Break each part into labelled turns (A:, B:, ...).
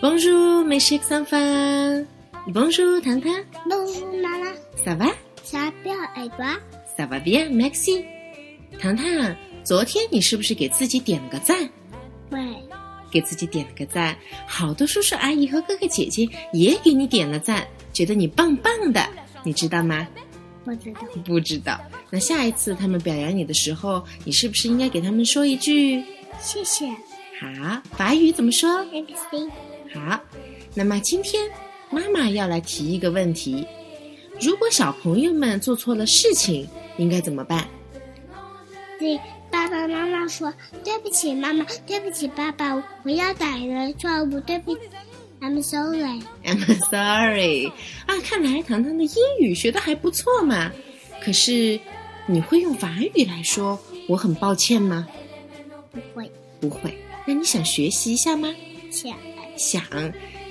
A: Bonjour, mes chers enfants. Bonjour, Tanta.
B: Bonjour maman,
A: Ça va?
B: ça va et toi
A: Ça va bien, Maxi. 糖糖，昨天你是不是给自己点了个赞？
B: 喂，
A: 给自己点了个赞，好多叔叔阿姨和哥哥姐姐也给你点了赞，觉得你棒棒的，你知道吗？
B: 不知道，
A: 不知道。那下一次他们表扬你的时候，你是不是应该给他们说一句
B: 谢谢。
A: “好”？法语怎么说？
B: X C，
A: 好，那么今天妈妈要来提一个问题：如果小朋友们做错了事情，应该怎么办？
B: 对爸爸妈妈说对不起，妈妈，对不起，爸爸，我要改了错误，对不起，I'm sorry。
A: I'm sorry 啊，看来糖糖的英语学的还不错嘛。可是你会用法语来说“我很抱歉”吗？
B: 不会，
A: 不会。那你想学习一下吗？
B: 谢
A: 想，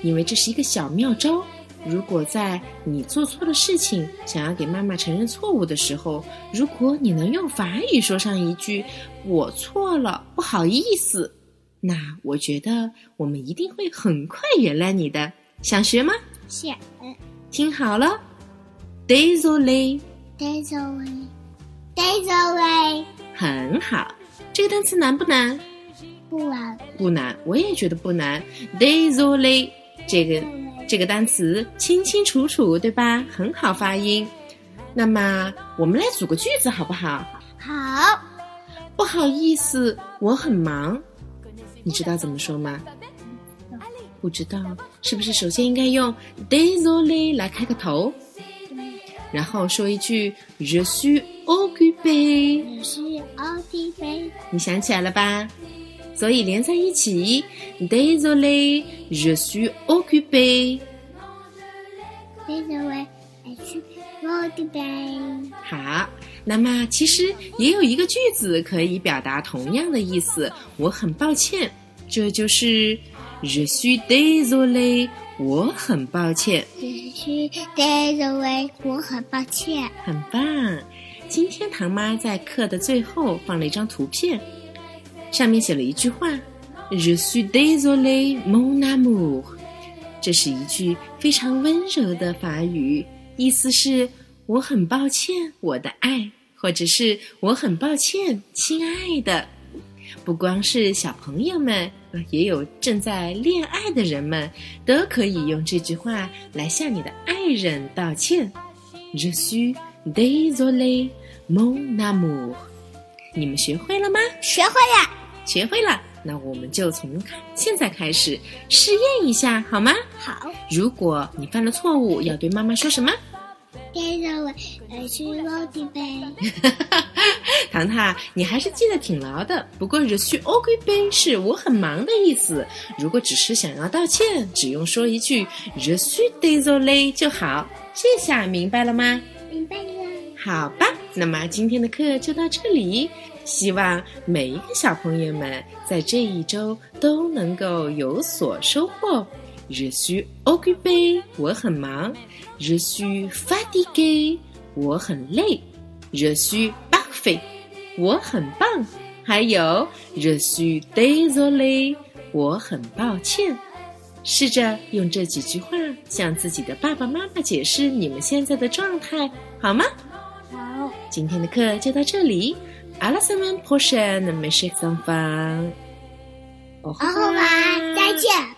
A: 因为这是一个小妙招。如果在你做错了事情，想要给妈妈承认错误的时候，如果你能用法语说上一句“我错了，不好意思”，那我觉得我们一定会很快原谅你的。想学吗？
B: 谢
A: 听好了，désolé，
B: ，Days away，Days away，
A: 很好。这个单词难不难？
B: 不玩
A: 不难，我也觉得不难。désolé 这个这个单词清清楚楚，对吧？很好发音。那么我们来组个句子好不好？
B: 好，
A: 不好意思，我很忙。你知道怎么说吗？不知道，是不是首先应该用 désolé 来开个头，然后说一句 je suis occupé。
B: 我是奥地利，
A: 你想起来了吧？所以连在一起，désolé, je suis occupé。
B: Days away，I 是奥地利。
A: 好，那么其实也有一个句子可以表达同样的意思。我很抱歉，这就是 je suis désolé，我很抱歉。
B: 只是 Days away，我很抱歉。
A: 很棒！今天唐妈在课的最后放了一张图片，上面写了一句话：“Je suis désolé, mon amour。”这是一句非常温柔的法语，意思是“我很抱歉，我的爱”，或者是“我很抱歉，亲爱的”。不光是小朋友们，呃也有正在恋爱的人们，都可以用这句话来向你的爱人道歉。Je suis désolé, mon amour。你们学会了吗？
B: 学会了，
A: 学会了，那我们就从现在开始试验一下，好吗？
B: 好。
A: 如果你犯了错误，要对妈妈说什么？
B: 带着我呃去奥地呗，
A: 糖糖，你还是记得挺牢的。不过 “je suis occupé” 是我很忙的意思。如果只是想要道歉，只用说一句 “je suis désolé” 就好。这下明白了吗？
B: 明白了，
A: 好吧，那么今天的课就到这里。希望每一个小朋友们在这一周都能够有所收获。Je suis occupé，我很忙。Je suis fatigué，我很累。Je suis parfait，我很棒。还有 Je suis désolé，我很抱歉。试着用这几句话向自己的爸爸妈妈解释你们现在的状态，好吗？
B: 好，
A: 今天的课就到这里。阿拉斯曼 portion 美食上方，哦
B: 然后吧，再见。